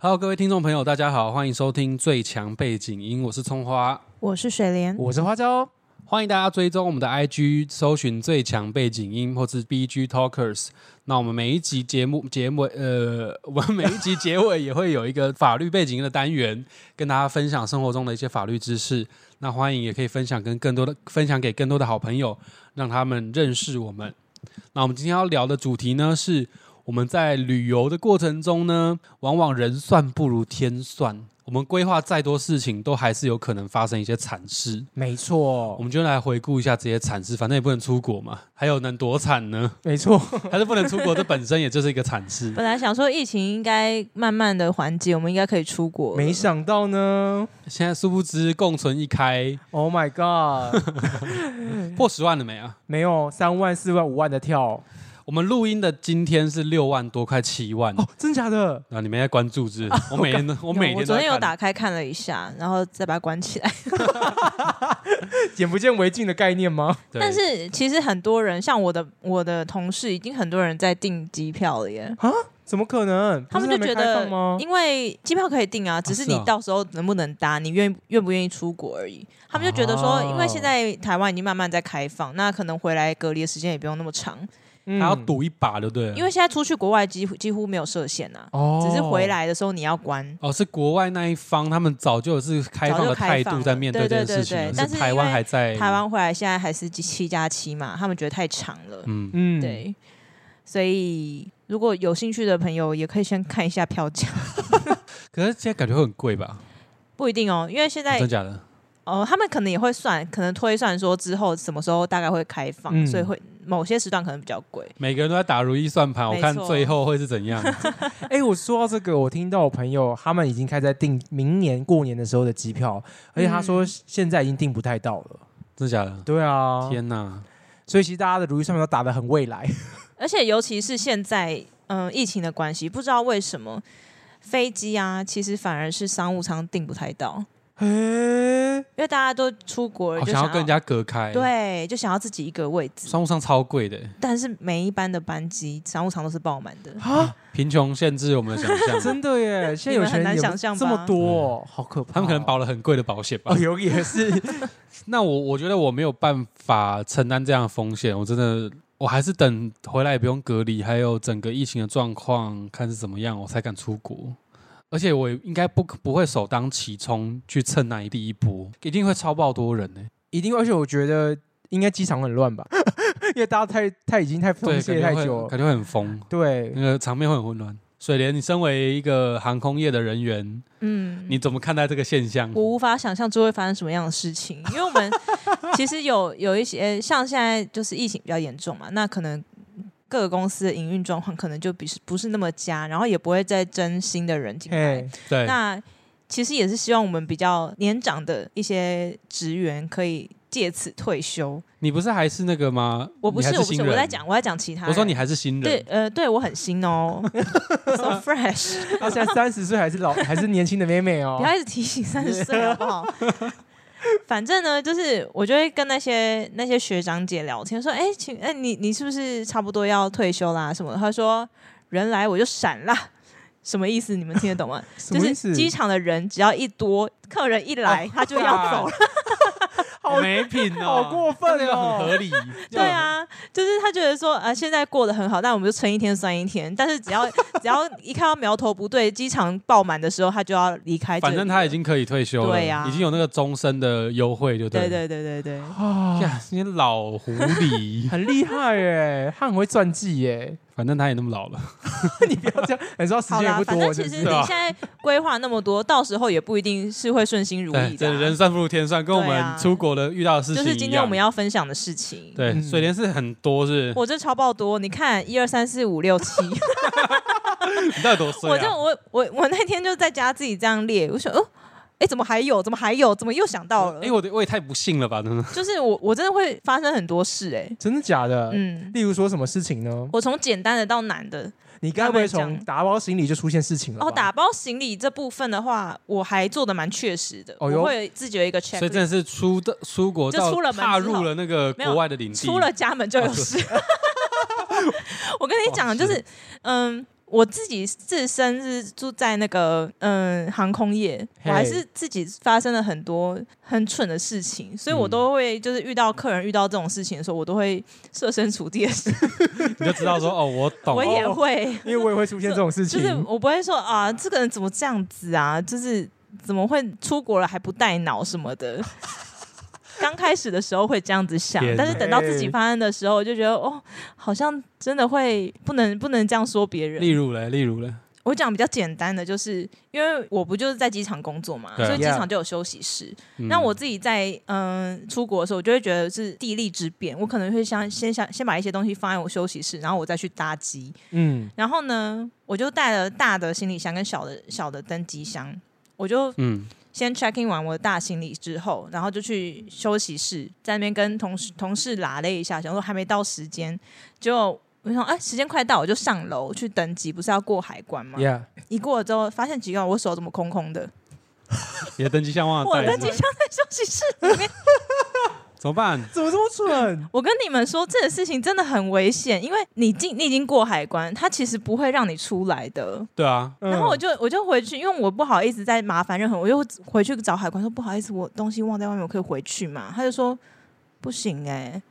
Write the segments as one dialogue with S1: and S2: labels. S1: Hello，各位听众朋友，大家好，欢迎收听最强背景音，我是葱花，
S2: 我是水莲，
S3: 我是花椒。
S1: 欢迎大家追踪我们的 IG，搜寻最强背景音或是 BG Talkers。那我们每一集节目结尾，呃， 我们每一集结尾也会有一个法律背景音的单元，跟大家分享生活中的一些法律知识。那欢迎也可以分享跟更多的分享给更多的好朋友，让他们认识我们。那我们今天要聊的主题呢，是我们在旅游的过程中呢，往往人算不如天算，我们规划再多事情，都还是有可能发生一些惨事。
S3: 没错
S1: 我，们就来回顾一下这些惨事，反正也不能出国嘛，还有能多惨呢？
S3: 没错，
S1: 还是不能出国，这本身也就是一个惨事。
S2: 本来想说疫情应该慢慢的缓解，我们应该可以出国了。
S3: 没想到呢
S1: 现在殊不知共存一开
S3: ！Oh my god，
S2: 嗯
S1: 破十万了没啊？
S3: 没有三万、四万、五万的跳
S1: 我们录音的今天是六万多，快七万。
S3: 哦，真假的？
S1: 那、你们在关注是不是？我每天都，我
S2: 有，
S1: 每
S2: 啊我
S1: 天都
S2: 昨
S1: 在
S2: 天有
S1: 看。
S2: 打开看了一下，然后再把它关起来。
S3: 眼不见为净的概念吗？
S1: 对
S2: 但是其实很多人，像我的我的同事，已经很多人在订机票了耶。
S3: 怎么可能？
S2: 他们
S3: 不
S2: 就是
S3: 还
S2: 觉
S3: 没开
S2: 得
S3: 放吗，？
S2: 因为机票可以订啊，只是
S1: 是
S2: 你
S1: 啊
S2: 到时候能不能搭，你愿愿不愿意出国而已。他们就觉得说，因为现在台湾已经慢慢在开放，那可能回来隔离的时间也不用那么长，
S3: 嗯
S1: 还要赌一把，对不对了？
S2: 因为现在出去国外几乎几乎没有设限啊，
S3: 哦
S2: 只是回来的时候你要关。
S1: 哦，是国外那一方，他们早就是开放的态度在面这件事情了，
S2: 早就开放了对对对对但是
S1: 是台湾还在
S2: 台湾回来现在还是七加七嘛，他们觉得太长了，
S1: 嗯，
S3: 嗯，
S2: 对，所以如果有兴趣的朋友也可以先看一下票价，
S1: 可是现在感觉会很贵吧？
S2: 不一定哦，因为现在
S1: 真假的？
S2: 哦、他们可能也会算，可能推算说之后什么时候大概会开放，
S3: 嗯
S2: 所以会某些时段可能比较贵，
S1: 每个人都在打如意算盘，我看
S2: 没错
S1: 最后会是怎样。
S3: 哎，我说到这个，我听到我朋友他们已经开始在订明年过年的时候的机票，而且他
S2: 嗯
S3: 说现在已经订不太到了。
S1: 真假的？
S3: 对啊，
S1: 天哪！
S3: 所以其实大家的如意算盘都打得很未来。
S2: 而且尤其是现在嗯、呃疫情的关系，不知道为什么。飞机啊，其实反而是商务舱订不太到，
S3: 哎，
S2: 因为大家都出国了，
S1: 好
S2: 就
S1: 想要跟人家隔开。，
S2: 对，就想要自己一个位置。
S1: 商务舱超贵的，
S2: 但是每一班的班机商务舱都是爆满的，
S1: 贫穷限制我们的想象。
S3: 真的耶！现在有钱
S2: 你们很
S3: 人
S2: 难
S3: 也不
S2: 想象吧
S3: 这么多哦，好可怕哦。
S1: 嗯他们可能保了很贵的保险吧
S3: 哦，。有也是
S1: 那我我觉得我没有办法承担这样的风险，我真的，我还是等回来也不用隔离，还有整个疫情的状况看是怎么样，我才敢出国。而且我也应该不不会首当其冲去蹭那一第一波，一定会超爆多人呢、
S3: 一定，而且我觉得应该机场很乱吧， 因为大家太太已经太松
S1: 对，
S3: 懈
S1: 感
S3: 太
S1: 觉
S3: 久
S1: 会
S3: 了。
S1: 感觉会很疯，
S3: 对
S1: 那，个场面会很混乱。水莲，你身为一个航空业的人员，
S2: 嗯，
S1: 你怎么看待这个现象？
S2: 我无法想象这会发生什么样的事情，因为我 们其实有有一些呃像现在就是疫情比较严重嘛，那可能各个公司的营运状况可能就比是不是那么佳，然后也不会再真心的人进来。
S3: 嘿，
S1: 对，
S2: 那其实也是希望我们比较年长的一些职员可以借此退休。
S1: 你不是还是那个吗？
S2: 我不
S1: 你
S2: 是
S1: 还
S2: 我不
S1: 新
S2: 是
S1: 人
S2: 我在，讲我在讲其他人。
S1: 我说你还是新人，
S2: 对呃对我很 新哦，so fresh。
S3: 她现在三十岁还是老还是年轻的妹 妹哦
S2: 不。要一直提醒三十岁好不好？反正呢，就是我就会跟那些那些学长姐聊天，说：“哎、请哎、你你是不是差不多要退休啦、什么的？”他说：“人来我就闪啦。” 什么意思？你们听得懂吗？
S3: 什
S2: 就
S3: 么意
S2: 是
S3: 思？
S2: 机场的人只要一多，客人一来，他就要 走了。
S3: 好
S1: 没品哦，
S3: 好过分哦
S1: 这个很合理。
S2: 对，啊，就是他觉得说，呃，现在过得很好，但我们就撑一天算一天。但是只要 只要一看到苗头不对，机场爆满的时候，他就要离开这
S1: 反
S2: 里
S1: 正他已
S2: 了
S1: 经可以退休了，
S2: 对啊
S1: 已经有那个终身的优惠，对不
S2: 对
S1: 对
S2: 对对对对。
S3: 啊，
S1: 呀，你老狐 狸，
S3: 很厉害耶，她很会算计耶。
S1: 反正他也那么 老了，
S3: 你不要这样，你知道时
S2: 好
S3: 间也
S2: 啦，
S3: 不
S2: 反
S3: 多，
S2: 正
S3: 是
S2: 其
S3: 不
S2: 实
S3: 是
S2: 你
S1: 对啊
S2: 现在规划那么多，到时候也不一定是会顺心如
S1: 对，
S2: 意的
S1: 这
S2: 啊、
S1: 人算不如天算，跟我
S2: 对
S1: 们
S2: 啊
S1: 出国的遇到的事
S2: 就
S1: 情
S2: 是
S1: 一
S2: 今天
S1: 样
S2: 我们要分享的事情。
S1: 对，
S3: 嗯
S1: 水莲是很多是，
S2: 我这超爆多，你看一二三四五六七，
S1: 你到底多衰
S2: 我就
S1: 啊？
S2: 我我我那天就在家自己这样列，我说哦，哎、怎么还有？怎么还有？怎么又想到了？
S1: 哎，我的我也太不幸了吧， 真的。
S2: 就是我我真的会发生很多事哎、
S3: 真的假的？
S2: 嗯，
S3: 例如说什么事情呢？
S2: 我从简单的到难的，
S3: 你该不会
S2: 他们
S3: 从
S2: 讲
S3: 打包行李就出现事情了吧？
S2: 哦，打包行李这部分的话，我还做的蛮确实的，
S3: 哦哟
S2: 我会自己有一个 check，
S1: 所以真的是出的出国
S2: 就
S1: 到
S2: 出了门之后
S1: 踏入了那个国外的领地，哦
S2: 出了家门就有事。我跟你讲，就是嗯，我自己自身是住在那个嗯航空业，我还
S3: 嘿
S2: 是自己发生了很多很蠢的事情，所以我
S1: 嗯
S2: 都会就是遇到客人遇到这种事情的时候，我都会设身处地的想，
S1: 你就知道说哦，我懂，
S2: 我也
S1: 哦
S2: 会，
S3: 因为我也会出现这种 事
S2: 就
S3: 情，
S2: 是我不会说啊，这个人怎么这样子啊，就是怎么会出国了还不带脑什么的。 刚开始的时候会这样子想
S1: 天，
S2: 但是
S1: 哪
S2: 等到自己发生的时候，就觉得哦，好像真的会不能不能这样说别人。
S1: 例如嘞，例如嘞，
S2: 我讲比较简单的，就是因为我不就是在机场工作嘛，
S1: 对
S2: 所以机
S3: Yeah
S2: 场就有休息室。
S1: 嗯
S2: 那我自己在嗯、出国的时候，我就会觉得是地利之便，我可能会想先想先把一些东西放在我休息室，然后我再去搭机。
S3: 嗯，
S2: 然后呢，我就带了大的行李箱跟小的小的登机箱，我就
S1: 嗯，
S2: 先 check in 完我的大行李之后，然后就去休息室，在那边跟同事同事拉了一下，想说还没到时间，结果我想哎、时间快到，我就上楼去登机，不是要过海关吗
S3: yeah，
S2: 一过了之后，发现奇怪，我手怎么空空的？
S1: 你的登机箱忘
S2: 我
S1: 了带是
S2: 的机
S1: 啊吗，
S2: 箱在休息室里面。
S1: 怎么办？
S3: 怎么这么蠢？
S2: 我跟你们说，这个事情真的很危险，因为你进你已经过海关，它其实不会让你出来的。
S1: 对啊，
S2: 然后我
S3: 嗯
S2: 就我就回去，因为我不好意思再麻烦任何，我就回去找海关说不好意思，我东西忘在外面，我可以回去嘛？他就说不行哎、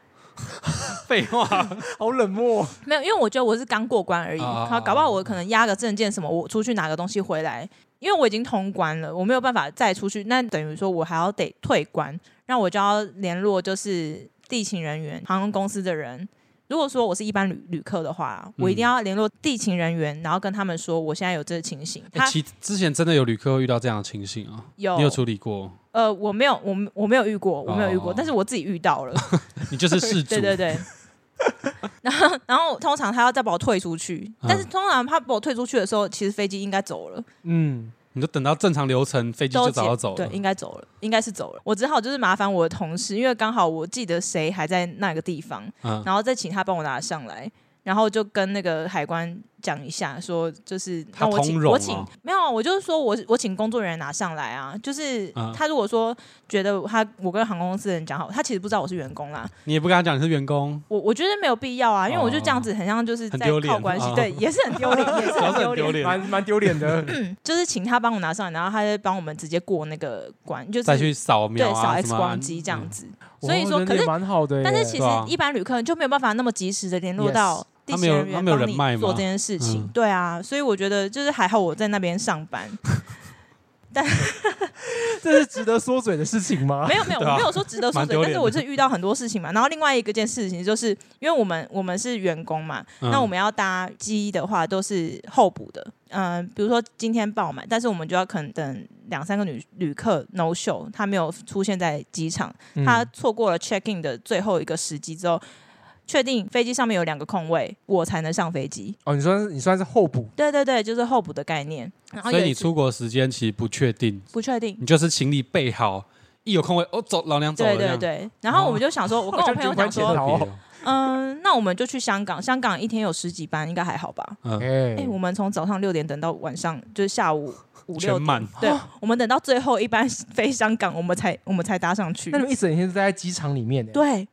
S1: 废话，
S3: 嗯好冷漠，
S2: 没有，因为我觉得我是刚过关而已，
S1: 啊
S2: 好，搞不好我可能压个证件什么，我出去拿个东西回来，因为我已经通关了，我没有办法再出去，那等于说我还要得退关，那我就要联络就是地勤人员、航空公司的人。如果说我是一般旅旅客的话，我一
S1: 嗯
S2: 定要联络地勤人员，然后跟他们说我现在有这个情形。
S1: 欸
S2: 他
S1: 其之前真的有旅客会遇到这样的情形啊，
S2: 有
S1: 你有处理过？
S2: 呃，我没有，我没我没有遇过，我没有遇过，
S1: 哦
S2: 但是我自己遇到了。
S1: 你 就是事主，
S2: 对对对。 然后，然后通常他要再把我退出去，但是
S1: 嗯
S2: 通常他把我退出去的时候，其实飞机应该走了，
S3: 嗯，
S1: 你就等到正常流程，飞机
S2: 都
S1: 就早
S2: 解
S1: 要走
S2: 对
S1: 了，。
S2: 应该走了，应该是走了。我只好就是麻烦我的同事，因为刚好我记得谁还在那个地方，
S1: 嗯，
S2: 然后再请他帮我拿上来，然后就跟那个海关讲一下，说就是
S1: 他
S2: 那我请
S1: 通融
S2: 我
S1: 哦
S2: 请没有啊，我就是说我我请工作人员拿上来啊，就是
S1: 嗯
S2: 他如果说觉得他我跟航空公司的人讲好，他其实不知道我是员工啦，
S1: 你也不跟他讲你是员工，
S2: 我我觉得没有必要啊，因为我就这样子很像就是
S1: 哦很
S2: 在
S1: 丢脸
S2: 靠关系
S1: 啊，
S2: 对，也是很丢脸，也是啊
S1: 主要是
S2: 很
S1: 很
S2: 丢
S1: 丢
S2: 脸。
S1: 脸，
S3: 蛮蛮丢脸 的，
S2: 就是请他帮我拿上来，然后他就帮我们直接过那个关，就是
S1: 再去扫
S2: 对
S1: 描
S2: 扫
S1: 啊，什
S2: X
S1: 么啊
S2: 光机这样。子。
S3: 哇
S2: 所以说，
S3: 人
S2: 可
S3: 也
S2: 是
S3: 蛮好的耶，
S2: 但是其实
S1: 对啊
S2: 一般旅客就没有办法那么及时的联络
S3: Yes
S2: 到地勤
S1: 他
S2: 人员
S1: 没有
S2: 帮
S1: 他没有人脉
S2: 你
S1: 吗
S2: 做这件事情
S1: 嗯。
S2: 对啊，所以我觉得就是还好我在那边上 班，
S3: 这是值得说嘴的事情吗？
S2: 没有没有，
S1: 对啊
S2: 我没有说值得说
S1: 蛮
S2: 嘴，
S1: 丢
S2: 但
S1: 脸
S2: 是
S1: 的
S2: 我是遇到很多事情嘛。然后另外一个件事情就是，因为我们我们是员工嘛，
S1: 嗯
S2: 那我们要搭机的话都是候补的，嗯、比如说今天爆满，但是我们就要可能等两三个女旅客 no show，他没有出现在机场，
S3: 嗯
S2: 他错过了 check in 的最后一个时机之后，确定飞机上面有两个空位，我才能上飞机。
S3: 哦，你说你算是候补，
S2: 对对对，就是候补的概念。然后
S1: 所以
S2: 有一
S1: 你
S2: 次
S1: 出国时间其实不确定，
S2: 不确定。
S1: 你就是行李备好，一有空位，哦，走，老娘走了。
S2: 对对，对，然后我们就想说，我跟我
S3: 好像
S2: 朋友
S3: 军官
S2: 讲说
S3: 潜
S1: 特，
S3: 逃
S1: 别哦，
S2: 嗯，那我们就去香港，香港一天有十几班，应该还好吧？
S1: 嗯，
S3: 哎
S2: 哎、我们从早上六点等到晚上，就是下午五六
S1: 全
S2: 点，
S1: 满，
S2: 对，我们等到最后一班飞香港，我们才我们才搭上去
S3: 那。你们一整天都在机场里面耶，
S2: 对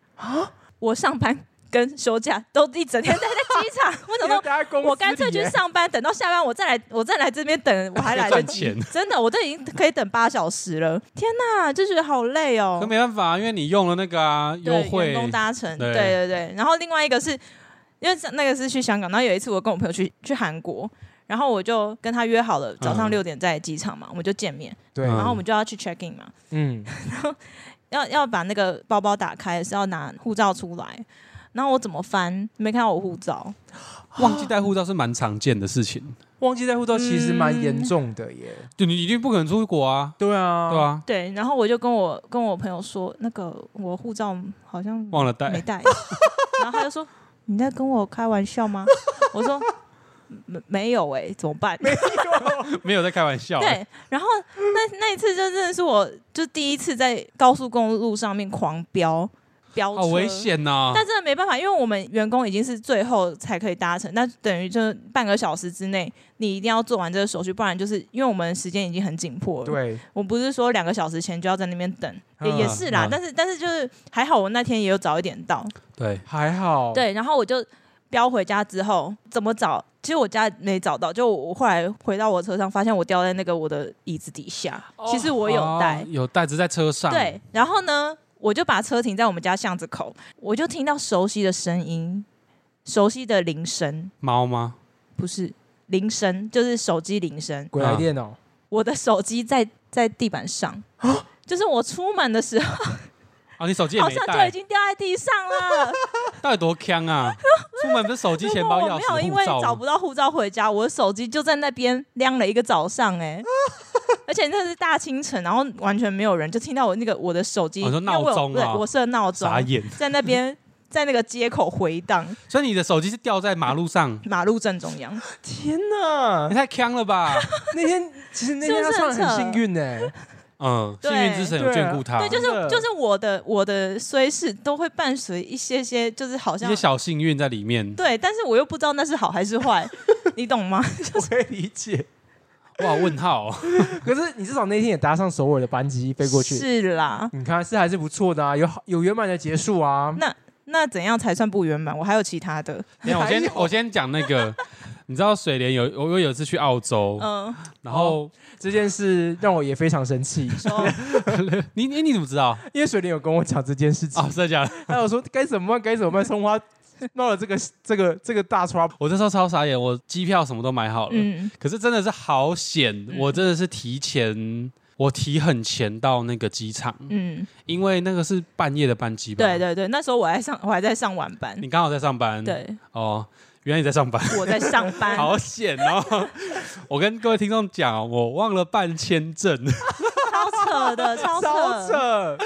S2: 我上班跟休假都一整天待在机场，我
S3: 你
S2: 想
S3: 们
S2: 到
S3: 待在公司里耶，
S2: 我干脆去上班，等到下班我再来，我再来这边等，我还来得及
S1: 赚。
S2: 真的，我都已经可以等八小时了。天哪，就觉得好累哦。
S1: 可没办法，因为你用了那个啊优
S2: 对，
S1: 惠
S2: 员，工搭乘，对
S1: 对
S2: 对对。然后另外一个是，因为那个是去香港，然后有一次我跟我朋友去去韩国，然后我就跟他约好了早
S1: 嗯
S2: 上六点在机场嘛，我们就见面，
S3: 对，
S1: 嗯
S2: 然后我们就要去 check in 嘛，
S3: 嗯，
S2: 要要把那个包包打开是要拿护照出来，然后我怎么翻没看到我护照，
S1: 忘记带护照是蛮常见的事情，
S3: 忘记带护照其实
S2: 嗯
S3: 蛮严重的耶，
S1: 就你一定不可能出国啊，
S3: 对
S2: 嗯
S3: 啊，
S1: 对，啊，
S2: 对，然后我就跟我跟我朋友说，那个我护照好像
S1: 忘了
S2: 没
S1: 带，
S2: 带，然后他就说你在跟我开玩笑吗？我说没没有哎、怎么办？
S1: 没有在开玩笑，
S2: 对，然后那那一次就真的是我就第一次在高速公路上面狂飙飙车，
S1: 好危、险啊呐！
S2: 但真的没办法，因为我们员工已经是最后才可以搭乘，那等于就是半个小时之内你一定要做完这个手续，不然就是因为我们时间已经很紧迫了。，
S3: 对，
S2: 我不是说两个小时前就要在那边等，也、也是啦，
S1: 嗯
S2: 但是但是就是还好我那天也有早一点到，
S1: 对，
S3: 还好，，
S2: 对，然后我就飙回家之后，怎么找其实我家没找到，就我后来回到我车上，发现我掉在那个我的椅子底下。其实我有带，
S1: 哦有带，只是在车上。
S2: 对，，然后呢，我就把车停在我们家巷子口，我就听到熟悉的声音，熟悉的铃声，
S1: 猫吗？
S2: 不是铃声，就是手机铃声。
S3: 鬼来电哦，
S2: 我的手机在在地板上，就是我出门的时候，
S1: 啊，你手机也
S2: 好
S1: 没
S2: 像就
S1: 带
S2: 已，经掉在地上 了。
S1: 到底多坑 啊！出门不是手机、钱包、
S2: 如果
S1: 钥
S2: 我没有
S1: 匙、
S2: 因
S1: 护
S2: 为
S1: 照
S2: 找
S1: 吗，
S2: 不到护照回家，我的手机就在那边亮了一个早上、哎。而且那是大清晨，然后完全没有人，就听到我那个我的手机，
S1: 哦你说
S2: 因为我
S1: 闹钟啊
S2: 对，我设闹钟，
S1: 傻眼。
S2: 在那边在那个街口回荡，
S1: 所以你的手机是掉在马路 上，
S2: 马路正中央。
S3: 天哪
S1: 你！太坑了吧？
S3: 那天其实那天
S2: 是
S3: 他
S2: 不是
S3: 算
S2: 很
S3: 很
S2: 扯
S3: 幸运哎，
S1: 嗯，幸
S2: 对
S1: 运之神有眷顾他，
S2: 对，就是
S3: 真的
S2: 就是我的我的虽是都会伴随一些些，就是好
S1: 一
S2: 像
S1: 些小幸运在里面。
S2: 对，但是我又不知道那是好还是坏， 你懂吗？
S3: 我可以理解。
S1: 哇，问号 哦，
S3: 可是你至少那天也搭上首尔的班机飞过去，
S2: 是啦。
S3: 你看是还是不错的啊，有好有圆满的结束啊。
S2: 那那怎样才算不圆满？我还有其他 的，
S1: 等一下我
S3: 还
S1: 先
S3: 有
S1: 我先讲那个，你知道水莲有我我有一次去澳洲，
S2: 嗯，
S1: 然后
S3: 这件事让我也非常 生气，
S2: 说哦
S1: 你你你怎么知 道？
S3: 因为水莲有跟我讲这件事情
S1: 啊，，真的假的？
S3: 他有说该怎么办，该怎么办，松花闹了这个这个这个大 trouble。
S1: 我这时候超傻眼，我机票什么都买好了，
S2: 嗯，
S1: 可是真的是好险，
S2: 嗯
S1: 我真的是提前，我提很前到那个机场，
S2: 嗯，
S1: 因为那个是半夜的班机吧？
S2: 对。对对，那时候我还上我还在上晚班，
S1: 啊你刚好在上班，，
S2: 对，
S1: 哦，原来你在 上班，
S2: 我在上班，
S1: 好险哦！我跟各位听众讲哦，我忘了办签证，
S2: 超扯的， 超
S3: 超扯，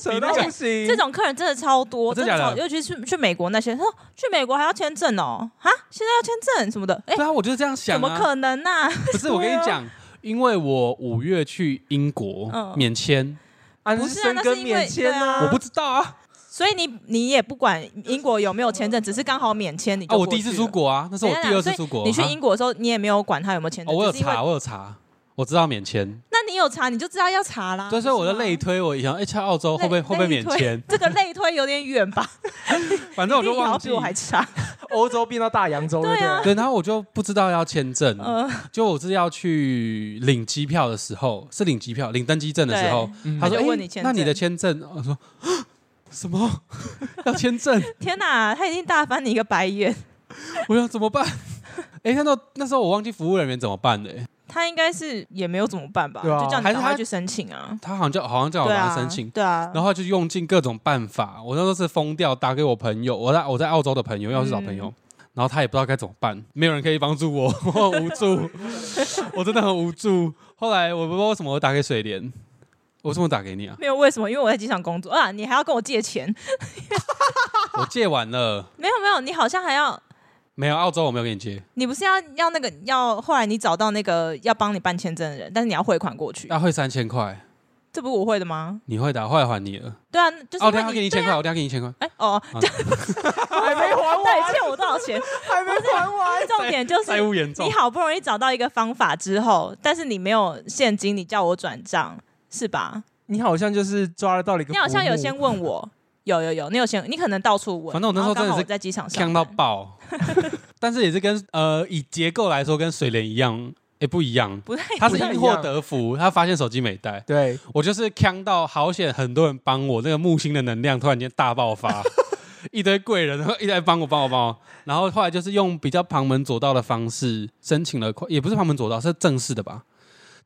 S3: 扯到不行。
S2: 这种客人真的超多，
S1: 哦真
S2: 真
S1: 的
S2: 的
S1: 假的
S2: 超，尤其是去美国那些，他说去美国还要签证哦，哈，现在要签证什么的，哎、
S1: 对啊，我就是这样想
S2: 怎么
S1: 啊。
S2: 可能呐、
S1: 不是，我跟你讲，因为我五月去英国
S2: 嗯
S1: 免签，
S3: 啊，
S2: 不
S3: 你
S2: 是啊
S3: 深
S2: 那
S3: 耕
S2: 是因为
S3: 免签
S2: 对啊
S1: 我不知道啊
S2: 所以你你也不管英国有没有签证，只是刚好免签你就
S1: 啊！我
S2: 过
S1: 第
S2: 去
S1: 一次
S2: 了
S1: 出，国啊，那是我
S2: 等一下
S1: 第二次
S2: 所以
S1: 出国。
S2: 你去
S1: 啊
S2: 英国的时候你也没有管他有没有签
S1: 哦，
S2: 证，
S1: 我有
S2: 只是因为
S1: 查，我有查，我知道免签，
S2: 那你有查你就知道要查啦。
S1: 所以说我
S2: 的
S1: 就类推，我想哎，去澳洲会不会会不会免签？
S2: 这个类推有点远吧？
S1: 反正我
S2: 你
S1: 就
S2: 地理
S1: 忘
S2: 好像
S1: 记
S2: 比。我还 差。
S3: 欧洲变到大洋洲，对
S2: 对啊
S3: 不对？
S1: 对，然后我就不知道要签证，
S2: 呃，
S1: 就我是要去领机票的时候，是领机票、领登机证的时候，
S3: 嗯
S1: 他说：“
S2: 他就问
S1: 诶
S2: 你签
S1: 那你
S2: 证
S1: 的签证？”我说：“ 什么？ 要签证
S2: 天哪，他已经大翻你一个白眼。？”
S1: 我想怎么办？哎、那时候那时候我忘记服务人员怎么办呢、欸
S2: 他应该是也没有怎么办吧？
S3: 对啊
S2: 就叫你
S1: 还是
S2: 赶
S1: 他
S2: 快去申请啊。
S1: 他好像叫好像叫我
S2: 对
S1: 帮
S2: 啊，
S1: 他申请，
S2: 对啊，
S1: 然后就用尽各种办法。我那时候是疯掉，打给我朋友，我在我在澳洲的朋
S2: 嗯
S1: 友，要去找朋友，然后他也不知道该怎么办，没有人可以帮助我， 我很无助，我真的很无助。后来我不知道为什么我打给水莲，我为什么打给你啊？
S2: 没有为什么，因为我在机场工作啊，你还要跟我借钱？
S1: 我借完了，
S2: 没有没有，你好像还要，
S1: 没有澳洲我没有给你借，
S2: 你不是要要那个要后来你找到那个要帮你办签证的人，但是你要汇款过去，
S1: 要汇三千块，
S2: 这不是我会的吗？
S1: 你会打，后来还你了。
S2: 对啊，就是
S1: 哦，等
S2: 因
S1: 一
S2: 为
S1: 下
S2: 你
S1: 给你一
S2: 对
S1: 千
S2: 啊
S1: 块，我等一下给你一千块。
S2: 哎 哦，
S1: 啊
S2: 这
S3: 还没还
S2: 到底
S3: 完，
S2: 欠我多少钱？
S3: 还没还完。
S2: 重点就是
S1: 债务严重
S2: 你，好不容易找到一个方法之后，但是你没有现金，你叫我转账是吧？
S3: 你好像就是抓得到了一个，
S2: 你好像有先，问我，有有有，你有先，你可能到处问。
S1: 反正我那时候
S2: 然后刚
S1: 真的
S2: 好
S1: 是
S2: 我在机场上
S1: 呛到
S2: 班
S1: 爆。 但是也是跟呃以结构来说，跟水莲一样，也不一样。
S2: 不太
S1: 他是
S3: 不太一
S1: 因
S3: 样
S1: 祸得福，他发现手机没带。
S3: 对，
S1: 我就是呛到好险，很多人帮我，那个木星的能量突然间大爆发， 一堆贵人然 后一直在帮我帮我帮我。然后后来就是用比较旁门左道的方式申请了快，也不是旁门左道，是正式的吧。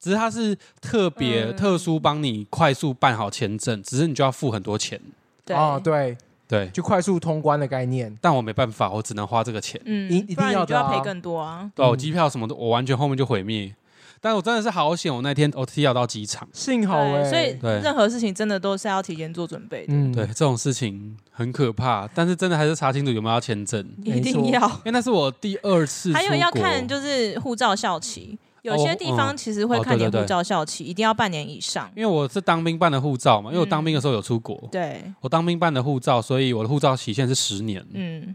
S1: 只是他是特别、
S2: 嗯
S1: 特殊帮你快速办好签证，只是你就要付很多钱。
S2: 对
S3: 哦，对，
S1: 对，
S3: 就快速通关的概念。
S1: 但我没办法，我只能花这个钱。
S2: 嗯，
S3: 一定
S2: 不然
S3: 要
S2: 你
S3: 的
S2: 就要
S3: 啊
S2: 赔更多啊。
S1: 对、啊，我
S3: 嗯
S1: 机票什么的，我完全后面就毁灭。但我真的是好险，我那天我提早到机场。
S3: 幸好哎、
S2: 对，所以
S1: 对
S2: 任何事情真的都是要提前做准备的，
S3: 嗯
S1: 对，，这种事情很可怕，但是真的还是查清楚有嗯没有要签证，
S2: 一定
S3: 没错
S2: 要。
S1: 因为那是我第二次出国。
S2: 还有要看就是护照效期，有些地
S1: 哦
S2: 方其实会
S1: 哦
S2: 看
S1: 对
S2: 你
S1: 对
S2: 护
S1: 对
S2: 照效期，一定要半年以上。
S1: 因为我是当兵办的护照嘛，因为我
S2: 嗯
S1: 当兵的时候有出国，
S2: 对，
S1: 我当兵办的护照，所以我的护照期限是十年，
S2: 嗯，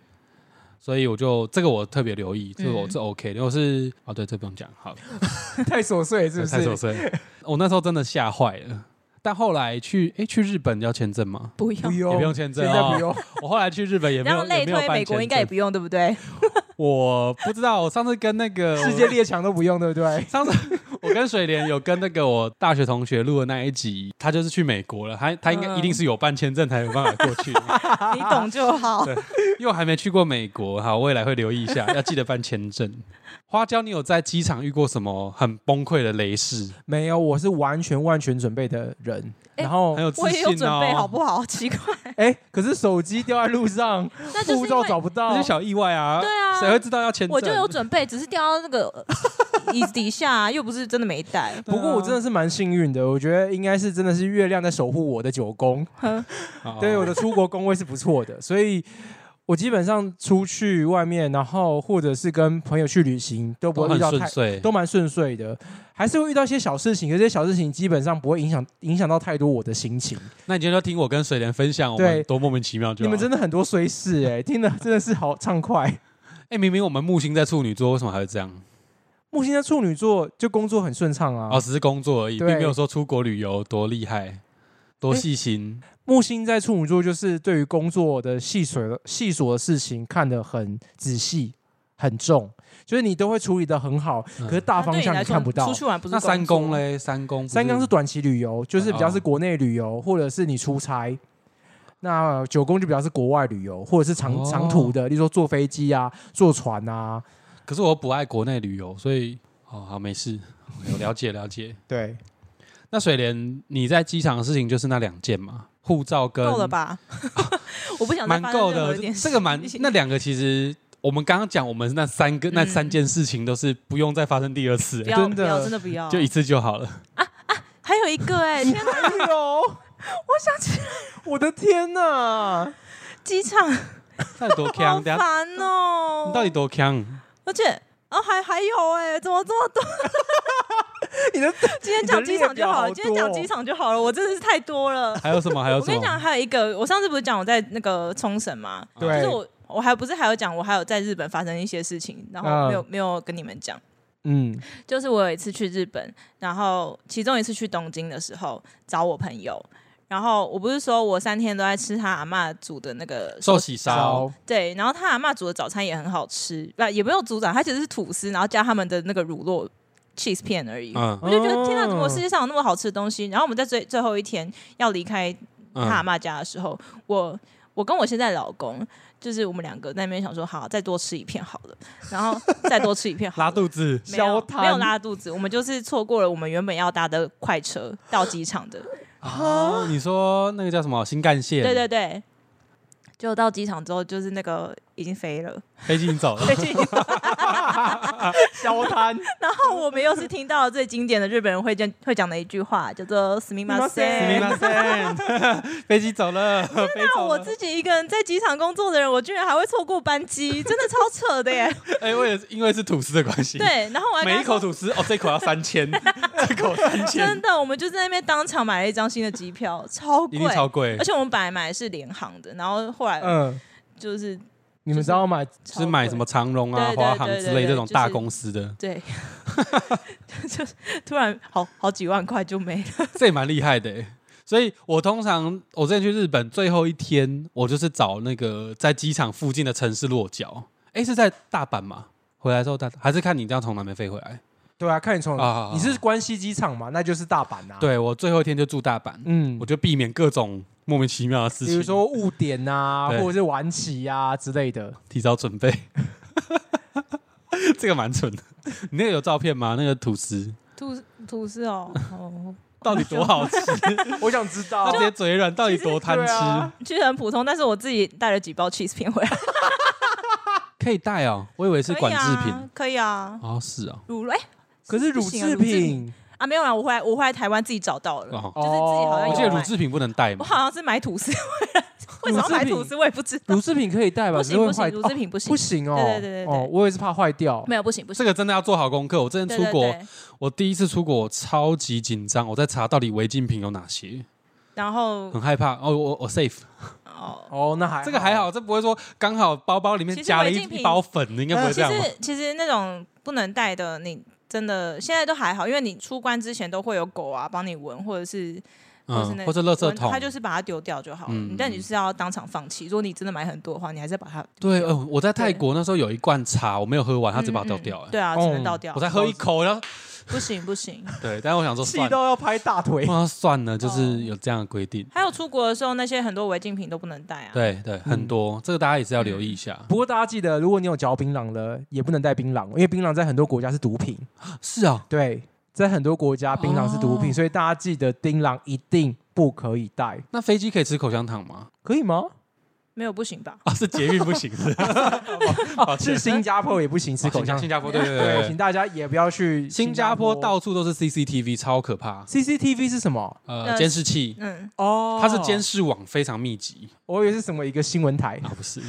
S1: 所以我就这个我特别留意，这个我
S2: 嗯
S1: 是 OK 的。因为我是哦，对，这不用讲，好，
S3: 太琐碎了是不
S1: 太琐
S3: 是？
S1: 碎 了。我那时候真的吓坏了，但后来去哎去日本要签证吗？
S2: 不要
S3: 不。用，
S1: 也不用签证
S3: 现在
S1: 哦
S3: 不用。
S1: 我后来去日本也没
S2: 然
S1: 有
S2: 后类
S1: 也没有
S2: 推
S1: 办
S2: 美国
S1: 签
S2: 应该也
S1: 证，
S2: 不用，对不对？
S1: 我不知道，我上次跟那个
S3: 世界列强都不用，对不对？
S1: 上次我跟水莲有跟那个我大学同学录的那一集，他就是去美国了，他他应该
S3: 嗯
S1: 一定是有办签证才有办法 过去，
S2: 你懂就好。
S1: 因为我还没去过美国，好，未来会留意一下，要记得办签证。花椒，你有在机场遇过什么很崩溃的雷事？
S3: 没有，我是完全万全准备的人。
S2: 哎
S3: 然后
S1: 很，有自
S2: 我也有
S1: 信
S2: 准备，好
S1: 哦，
S2: 不好？奇怪，
S3: 哎，可是手机掉在路上，
S2: 那 就是
S3: 护
S2: 因
S3: 照
S2: 为
S3: 找不到
S1: 这些。小意外啊，
S2: 对啊
S1: 谁会知道要签证？
S2: 我就有准备，只是掉到那个呃椅子底下啊，又不是真的没带。
S3: 不过我真的是蛮幸运的，我觉得应该是真的是月亮在守护我的九宫，
S1: 哦
S3: 对我的出国宫位是不错的， 所以我基本上出去外面，然后或者是跟朋友去旅行，都不
S1: 都很
S3: 会遇到
S1: 顺
S3: 太
S1: 遂，
S3: 都蛮顺遂的，还是会遇到一些小事情，可是这些小事情基本上不会影响影响到太多我的心情。
S1: 那你今天就听我跟水莲分享我们
S3: 对
S1: 多莫名其妙就好，
S3: 你们真的很多衰事哎、听的真的是好畅快。
S1: 哎，明明我们木星在处女座，为什么还会这样？
S3: 木星在处女座就工作很顺畅啊，
S1: 哦，只是工作而已，并
S3: 对
S1: 没有说出国旅游多厉害、
S2: 哎
S1: 多细心。
S3: 木星在处女座就是对于工作的细水的细琐的事情看得很仔细、很重，就是你都会处理的很好，
S1: 嗯
S3: 可是大
S2: 那对
S3: 方
S2: 你
S3: 向
S2: 来
S3: 啊你
S2: 说，
S3: 看不到
S2: 出。去玩不是
S1: 那三
S2: 工
S1: 公
S2: 作？
S1: 嘞，三公不
S3: 三缸是短期旅游，就是比较是
S1: 哦
S3: 国内旅游，或者是你出差。那九宫就比较是国外旅游，或者是长、
S1: 哦
S3: 长途的，例如说坐飞机啊、坐船啊。
S1: 可是我不爱国内旅游，所以哦，好没事，我了解了解。
S3: 对，
S1: 那水莲，你在机场的事情就是那两件嘛，护照跟
S2: 够了吧？ 我不想再
S1: 蛮
S2: 发生
S1: 够
S2: 任何
S1: 的
S2: 一，点
S1: 这个蛮
S2: 事情
S1: 那两个其实。我们刚刚讲，我们那三个、那
S2: 嗯
S1: 三件事情都是不用再发生第二次、
S2: 不
S1: 欸
S2: 要
S3: 真
S2: 不
S3: 的
S2: 要，真的不要。
S1: 就一次就好了。
S2: 还有一个哎，天哪
S3: 哎呦，我 想起，我的天哪！
S2: 机场
S1: 那有多
S2: 好
S1: 强？等一下
S2: 烦哦！
S1: 你到底多强？
S2: 而且哦，还还有哎，怎么 这么多？
S3: 你的
S2: 今天讲机场就好了，
S3: 你的列表好多哦
S2: 今天讲机场就好了，我真的是太多了。
S1: 还有什么？还有
S2: 我
S1: 什
S2: 跟你讲，
S1: 么？
S2: 还有一个，我上次不是讲我在那个冲绳吗？
S3: 对
S2: 就是我我还不是还有讲，我还有在日本发生一些事情，然后
S3: 嗯
S2: 没有、没有跟你们讲。
S3: 嗯，
S2: 就是我有一次去日本，然后其中一次去东京的时候找我朋友，然后我不是说我三天都在吃他阿嬷煮的那个
S1: 寿喜烧
S3: 烧，
S2: 对，然后他阿嬷煮的早餐也很好吃，不也没有组长，他其实是吐司，然后加他们的那个乳酪 cheese 片而已。
S1: 嗯
S2: 我就觉得天哪，
S3: 哦
S2: 怎么世界上有那么好吃的东西？然后我们在最最后一天要离开他阿
S1: 嗯，
S2: 嬷家的时候，我我跟我现在老公，就是我们两个在那边想说，好，再多吃一片好了，然后再多吃一片好了
S1: 拉肚子，
S2: 没有
S3: 消摊
S2: 没有拉肚子，我们就是错过了我们原本要搭的快车到机场的，
S1: 啊，你说那个叫什么新干线？
S2: 对对对。就到机场之后，就是那个已经飞 了，
S1: 飞机已经走了。
S2: 飞机已经
S3: 消摊，
S2: 然后我们又是听到了最经典的日本人会讲会讲的一句话，叫做“死命马
S1: 死命
S2: 塞
S1: 拉 线飞机走了，”。飞
S2: 那
S1: 走
S2: 我
S1: 了。
S2: 自己一个人在机场工作的人，我居然还会错过班机，真的超扯 的耶！
S1: 哎，我也是因为是吐司的关系，，
S2: 对，然后我还跟
S1: 每
S2: 他
S1: 一口
S2: 说，
S1: 吐司，哦，这口要三 千，这口三千
S2: 真，的，我们就在那边当场买了一张新的机票，超
S1: 一
S2: 贵
S1: 定，超贵
S2: 而，且我们本来买的是联航的，然后后来
S3: 嗯，
S2: 就是
S3: 你们知道吗？
S2: 超
S1: 是买什么
S2: 贵？
S1: 长荣啊、
S2: 对对
S1: 华航
S2: 对对
S1: 之类
S2: 对
S1: 这种
S2: 就是
S1: 大公司的，
S2: 对， 就是突然好好几万块就没了。
S1: 这也蛮厉害的欸。所以我通常我之前去日本最后一天，我就是找那个在机场附近的城市落脚。哎，是在大阪吗？回来之后大还是看你这样从南边飞回来？
S3: 对啊，看你从
S1: 啊
S3: 你是关西机场嘛，那就是大阪啊。，
S1: 对我最后一天就住大阪，
S3: 嗯
S1: 我，就避免各种莫名其妙的事情，
S3: 比如说误点啊，
S1: 对
S3: 或者是晚起啊之类的。
S1: 提早准备， 这个蛮蠢的。你那个有照片吗？那个吐司
S2: 吐吐司哦，哦，
S1: 到底多 好吃？
S3: 我想知道
S1: 他直接嘴软，到底多贪
S3: 对啊
S1: 吃？
S2: 其实很普通，但是我自己带了几包 cheese 片回来。
S1: 可以带哦，我以为是管制品。
S2: 可以啊，可以啊
S1: 哦，是哦，
S2: 乳哎、
S3: 可是乳
S2: 不行啊
S3: 制
S2: 乳制品
S3: 品，
S2: 啊没有啦，我回来我回来台湾自己找到了，
S1: 哦，
S2: 啊就是自己好像
S3: 哦
S1: 我
S2: 有
S1: 记得
S2: 买
S1: 乳制品不能带
S2: 我
S1: 嘛。
S2: 好像是买吐司回来，为什么要买吐司我也不知道，
S3: 乳制品可以带吧？
S2: 不
S3: 只是
S2: 行
S3: 会
S2: 不
S3: 坏
S2: 行，乳制品不
S3: 哦
S2: 行，
S3: 不行哦。
S2: 对对对对对
S3: 哦，我也是怕坏掉。
S2: 没有不行不
S1: 这
S2: 行，
S1: 个真的要做好功课。我之前
S2: 对
S1: 出
S2: 对
S1: 国，
S2: 对，
S1: 我第一次出国，我超级紧张，我在查到底违禁品有哪些，
S2: 然后
S1: 很害怕。哦，我我 safe，
S2: 哦。
S3: 哦，那还
S1: 这个还好，这不会说刚好包包里面
S2: 其实
S1: 夹了
S2: 违
S1: 一
S2: 禁品呃
S1: 一包粉，应该不会
S2: 其
S1: 这样吧？
S2: 实其实那种不能带的，你真的现在都还好，因为你出关之前都会有狗啊帮你闻，或者是或是
S1: 嗯
S2: 那，
S1: 或者垃圾桶，
S2: 他就是把它丢掉就好了。
S1: 嗯
S2: 但你是要当场放弃，如果你真的买很多的话，你还是把它
S1: 对，呃，我在泰
S2: 对
S1: 国那时候有一罐茶，我没有喝完，他
S2: 它
S1: 只把它倒掉、哎、
S2: 对啊，只能
S3: 哦
S2: 倒掉。
S1: 我才喝一口，然后
S2: 不行 不行。
S1: 对，但我想说
S3: 气
S1: 算了，
S3: 到要拍大腿
S1: 我。想说算了，就
S2: 哦
S1: 是有这样的规定。
S2: 还有出国的时候，那些很多违禁品都不能带啊。
S1: 对对，很多，这个大家也是要留意一下。
S3: 不过大家记得，如果你有嚼槟榔了，也不能带槟榔，因为槟榔在很多国家是毒品。
S2: 嗯
S1: 是啊，
S3: 对，在很多国家槟榔是毒品，
S1: 哦
S3: 所以大家记得槟榔一定不可以带，
S1: 那飞机可以吃口香糖吗？
S3: 可以吗？
S2: 没有不行吧？
S1: 啊，是捷运不行是吧抱歉
S3: 哦是新加坡也不行 吃口香
S1: 啊
S3: 糖
S1: 新。加坡对对
S3: 对，请
S1: 对。
S3: 大家也不要去
S1: 新加坡到处都是 CCTV，超可怕。
S3: CCTV 是什么？
S1: 呃，
S2: 呃
S1: 监视器，
S2: 嗯，
S3: 哦
S1: 它是监，视网非常密集
S3: 我以为是什么一个新闻台
S1: 啊，不是？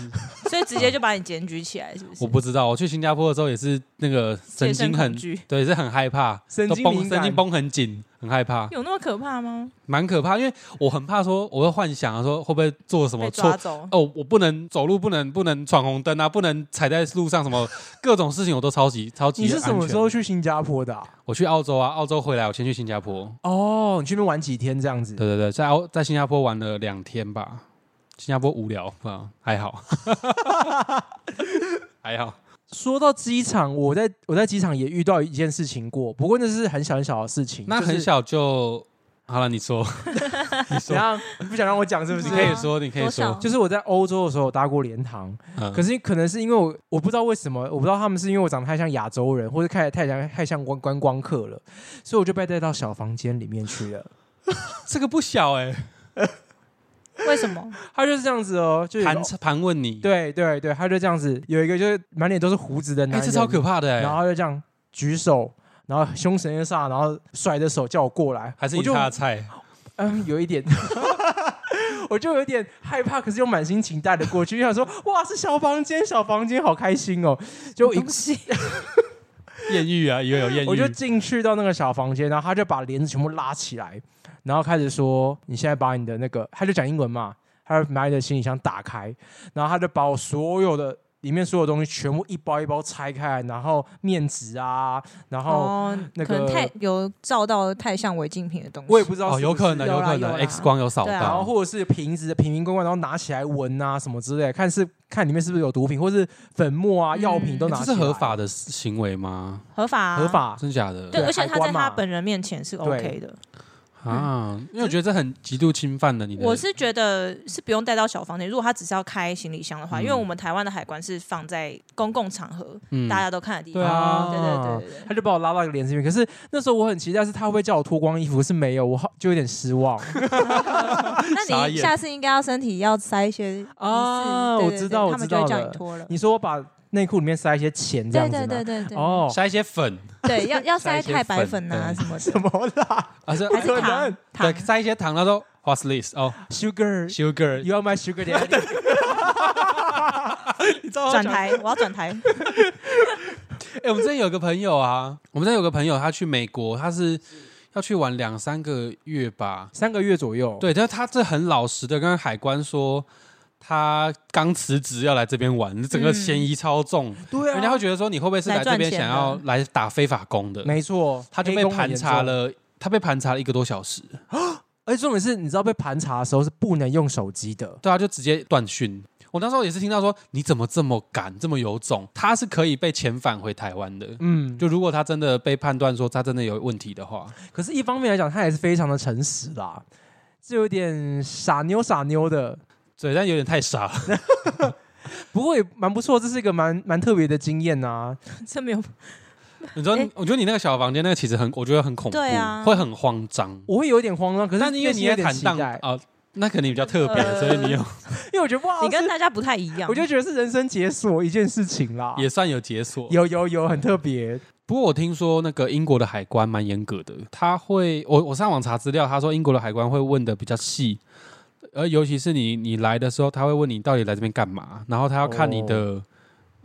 S2: 所以直接就把你检举起来，是不 是？
S1: 我不知道，我去新加坡的时候也是那个神
S2: 戒慎
S1: 经
S2: 恐
S1: 很
S2: 惧
S1: 对，是很害怕，
S3: 神
S1: 都
S3: 经
S1: 绷
S3: 敏
S1: 神
S3: 感
S1: 经绷很紧，很害怕，
S2: 有那么可怕吗？
S1: 蛮可怕。因为我很怕说，我会幻想啊，说会不会做什么
S2: 被
S1: 错
S2: 抓走？
S1: 哦，我不能走路，不能不能闯红灯啊，不能踩在路上，什么各种事情我都超级超级。
S3: 你是什么时候？去新加坡的啊、
S1: 我去澳洲啊，澳洲回来我先去新加坡。
S3: 哦，你去那边玩几天这样子？
S1: 对对对，在澳在新加坡玩了两天吧，新加坡无聊啊，还好， 还好。
S3: 说到机场，我在我在机场也遇到一件事情过，不过那是很小很小的事情。
S1: 那
S3: 就是
S1: 很，小就好了，你说，你
S3: 怎
S1: 说，
S3: 样？你 不想让我讲是不
S1: 你
S3: 是？啊
S1: 可以说，你可以
S2: 多少
S1: 说，
S3: 就是我在欧洲的时候搭过联航，
S1: 嗯
S3: 可是可能是因为我我不知道为什么，我不知道他们是因为我长得太像亚洲人，或者太太像太像观观光客了，所以我就被带到小房间里面去 了。
S1: 这个不小哎，
S2: 为什么？
S3: 他就是这样子哦，就有一个
S1: 盘盘问你，，
S3: 对对对，他就这样子，有一个就是满脸都是胡子的男
S1: 哎，
S3: 人，
S1: 这超可怕的
S3: 然后
S1: 哎，
S3: 他就这样举手，然后凶神恶煞，然后甩着手叫我过来，
S1: 还是
S3: 我
S1: 你是
S3: 就
S1: 他的菜，
S3: 嗯，有一点， 我就有一点害怕，可是又满心期待的过去，就想说哇，是小房间，小房间，好开心哦！就一
S2: 东西
S1: 艳遇啊，以为有艳遇，
S3: 我就进去到那个小房间，然后他就把帘子全部拉起来，然后开始说：“你现在把你的那个……”他就讲英文嘛，他就把你的行李箱打开，然后他就把我所有的里面所有东西全部一包一包拆开来，然后面纸啊，然后
S2: 哦，
S3: 那
S2: 可
S3: 个
S2: 能太有照到太像违禁品的东西。
S3: 我也不知道是
S1: 哦，
S3: 不
S1: 有可
S3: 是
S1: 能，
S2: 有啦
S1: 可
S2: 有
S1: 能
S2: 啦
S1: X 光有扫
S2: 对啊
S3: 然后
S1: 到，
S3: 或者是瓶子的瓶瓶罐罐，然后拿起来闻啊什么之类的，看是看里面是不是有毒品，或是粉末啊
S2: 嗯
S3: 药品都拿
S1: 这
S3: 起
S1: 是
S3: 来，
S1: 合法的行为吗？
S2: 合法、啊，
S3: 合。法。
S1: 真假的？
S2: 对，
S3: 对
S2: 而且
S3: 海
S2: 他
S3: 关
S2: 在
S3: 嘛
S2: 他本人面前是 OK 的。
S1: 啊，因为我觉得这很极度侵犯了你的。
S2: 我是觉得是不用带到小房间，如果他只是要开行李箱的话，
S1: 嗯
S2: 因为我们台湾的海关是放在公共场合、
S1: 嗯
S2: 大家都看的地方。
S1: 对啊
S2: 对对对对 对。
S3: 他就把我拉到一个帘子里面，可是那时候我很期待，是他会不会叫我脱光衣服，是没有，我好就有点 失望
S2: 那
S1: 傻
S2: 你
S1: 眼
S2: 下次应该要身体要塞一些仪式
S3: 啊。
S2: 对
S3: 我
S2: 对
S3: 知
S2: 对
S3: 道，
S2: 他
S3: 我知
S2: 们就
S3: 道
S2: 会叫你
S3: 了。
S2: 脱了。
S3: 你说我把内裤里面塞一些钱这
S2: 对
S3: 样子吗？
S2: 对对对对，
S3: 哦，
S1: 塞一些粉，
S2: 对要要
S1: 塞一
S2: 塞
S1: 些
S2: 太白
S1: 粉
S2: 粉啊
S1: 对
S2: 什么
S3: 怎
S2: 的，
S3: 么啦
S1: 还是
S2: 还
S3: 不可
S2: 是
S3: 能
S2: 糖
S1: 对
S2: 糖。
S1: 塞一些糖，他说 What's this？哦
S3: ？Sugar，you
S1: ，sugar，
S3: are my sugar daddy。
S1: 你知道
S2: 转台，我要转台。
S1: 哎，我们之前有个朋友啊，我们之前有个朋友，他去美国，他是要去玩两三个月吧。
S3: 三个月左右，，
S1: 对，但是他这很老实的跟海关说。他刚辞职要来这边玩，整个
S2: 嗯
S1: 嫌疑超重，
S3: 对啊，
S1: 人家会觉得说你会不会是
S2: 来
S1: 来这
S2: 赚
S1: 边
S2: 钱
S1: 想
S2: 的
S1: 要来打非法工的？
S3: 没错，
S1: 他就
S3: 黑
S1: 被
S3: 工很
S1: 盘
S3: 严
S1: 查
S3: 重。
S1: 了，他被盘查了一个多小时。
S3: 而且重点是，你知道被盘查的时候是不能用手机的，
S1: 对啊，就直接断讯。我那时候也是听到说，你怎么这么敢，这么有种？他是可以被遣返回台湾的。
S3: 嗯，
S1: 就如果他真的被判断说他真的有问题的话，
S3: 可是，一方面来讲，他也是非常的诚实啦，这有点傻妞傻妞的。
S1: 对，但有点太傻 了。
S3: 不过也蛮不错，这是一个蛮蛮特别的经验啊呐、
S2: 这没有
S1: 你知道，
S2: 诶
S1: 我觉得你那个小房间那个其实很，我觉得很恐怖，
S2: 对啊
S1: 会很慌张。
S3: 我会有点慌张，可是
S1: 但是因为
S3: 内
S1: 你
S3: 心
S1: 也
S3: 有点
S1: 坦
S3: 期
S1: 荡
S3: 待
S1: 啊、，那可能你比较特别，
S2: 呃
S1: 所以你有
S3: 因为我觉得哇，
S2: 你跟
S3: 是
S2: 大家不太一样。
S3: 我就觉得是人生解锁一件事情啦。
S1: 也算有解锁。
S3: 有有有，很特别。
S1: 不过我听说那个英国的海关蛮严格的，他会我我上网查资料，他说英国的海关会问的比较细，而尤其是你你来的时候，他会问你到底来这边干嘛，然后他要看你的、
S2: 哦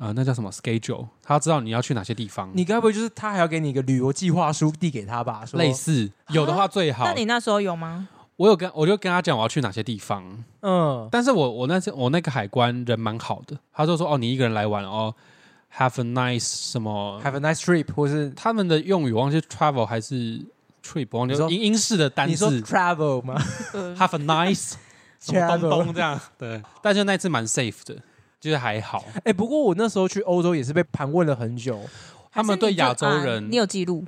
S1: 呃那叫什么 schedule，他要知道你要去哪些地方，
S3: 你该不会就是他还要给你一个旅游计划书递给他吧？说
S1: 类，似有的话最好
S2: 那。你那时候有吗？
S1: 我有跟我就跟他讲我要去哪些地方，
S3: 嗯，
S1: 但是我我那次我那个海关人蛮好的，他就说哦你一个人来玩哦，have a nice 什么
S3: Have a nice trip，或是
S1: 他们的用语我忘记 travel 还是 trip，忘记
S3: 你说
S1: 英英式的单
S3: 你说
S1: 字
S3: travel 吗？
S2: 呃
S1: ，have a nice 什么东东这样，对，但就那次蛮 safe 的，就是还好，
S3: 哎、不过我那时候去欧洲也是被盘问了很久，
S1: 他们对亚洲
S2: 还是你就啊
S1: 人
S2: 你有记录？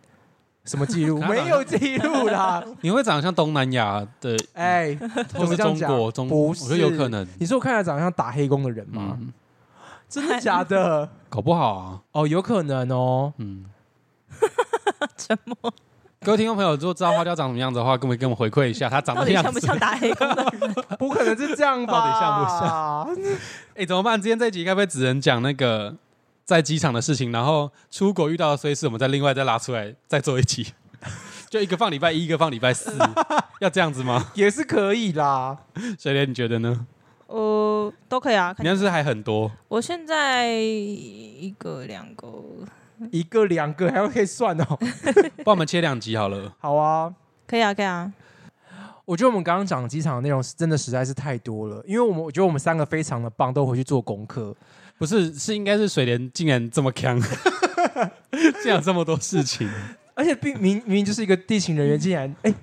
S3: 什么 记录
S1: 他
S3: 没有记录 啦。
S1: 你会长得像东南亚的，
S3: 哎、
S1: 或
S3: 怎
S1: 是
S3: 么这样
S1: 中
S3: 讲
S1: 国中，
S3: 不
S1: 我
S3: 是
S1: 觉得有可能，
S3: 你说我看起来长得像打黑工的人吗？
S1: 嗯，
S3: 真的假的？
S1: 搞不好啊，
S3: 哦，有可能哦。
S1: 嗯。
S2: 沉默。
S1: 各位听众朋友，如果知道花椒长什么样子的话，跟我们跟我们回馈一下，他长
S2: 到
S1: 什么
S2: 底
S1: 样
S2: 像不
S1: 子？
S2: 像打黑工的？
S3: 不可能是这样吧？
S1: 到
S3: 底像不像？
S1: 哎、怎么办？今天这一集该不会只能讲那个在机场的事情，然后出国遇到的虽事，我们再另外再拉出来再做一集， 就一个放礼拜一，一个放礼拜四，要这样子吗？
S3: 也是可以啦。
S1: 水莲，你觉得呢？
S2: 呃，都可以啊。看
S1: 你要是还很多，
S2: 我现在一个两个，
S3: 一个两个还要可以算哦。
S1: 帮我们切两集好了。
S3: 好啊，
S2: 可以啊，可以啊。
S3: 我觉得我们刚刚讲机场的内容是真的实在是太多了，因为我们我觉得我们三个非常的棒，都回去做功课。
S1: 不是，是应该是水莲竟然这么强， 竟然有这么多事情，
S3: 而且并明明明就是一个地勤人员，竟然哎、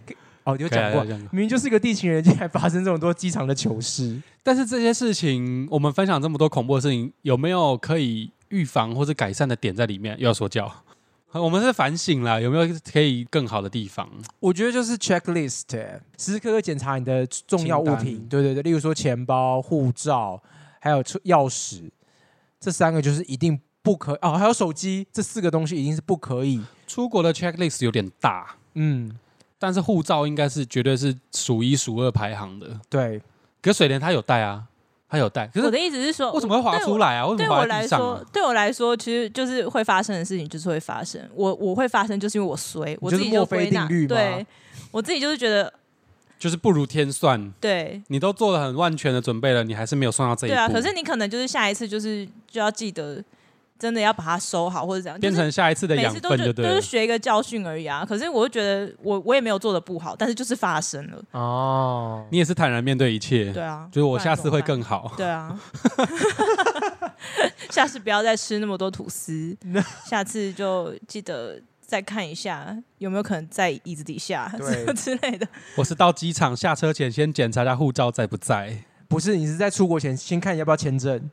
S3: 哦有
S1: 有
S3: 讲过，
S1: 讲过。
S3: 明明就是一个地勤人员，竟然发生这么多机场的糗事。
S1: 但是这些事情，我们分享这么多恐怖的事情，有没有可以预防或者改善的点在里面？又要说教， 我们是反省啦，有没有可以更好的地方？
S3: 我觉得就是 checklist，欸时时刻刻检查你的重要物
S1: 清
S3: 品
S1: 单，
S3: 对对对，例如说钱包、护照，还有出钥匙，这三个就是一定不可哦，还有手机，这四个东西一定是不可以。
S1: 出国的 checklist 有点大，
S3: 嗯，
S1: 但是护照应该是绝对是数一数二排行的。
S3: 对，
S1: 可是水莲他有带啊，他有带，可
S2: 我
S1: 是
S2: 的意思是说，
S1: 为什么会滑
S2: 对我
S1: 出来啊？为什
S2: 对
S1: 么
S2: 我
S1: 滑在
S2: 来
S1: 地上、啊
S2: 说？，对我来说，其实就是会发生的事情，就是会发生。我我会发生，就是因为我衰，我
S3: 就
S2: 自
S3: 是
S2: 己
S3: 墨菲
S2: 归纳，
S3: 定律吗
S2: 对我自己就是觉得，
S1: 就是不如天算，
S2: 对
S1: 你都做了很万全的准备了，你还是没有算到这一
S2: 对
S1: 步。
S2: 啊。可是你可能就是下一次就是就要记得，真的要把它收好或者怎样，
S1: 变
S2: 就是
S1: 成下一次的
S2: 每
S1: 养
S2: 次都
S1: 分
S2: 就
S1: 就
S2: 都
S1: 对了
S2: 是。学一个教训而已啊。可是我就觉得我我也没有做的不好，但是就是发生了，
S3: 哦，
S1: 你也是坦然面对一切，
S2: 对啊。
S1: 就是
S2: 不
S1: 我
S2: 然
S1: 下
S2: 怎
S1: 次
S2: 么
S1: 会
S2: 办
S1: 更好。
S2: 对啊，下次不要再吃那么多 吐司，下次就记得再看一下有没有可能在椅子底下
S3: 对
S2: 之类的。
S1: 我是到机场下车前先检查一下护照在不在。
S3: 不是，你是在出国前先看要不要签证。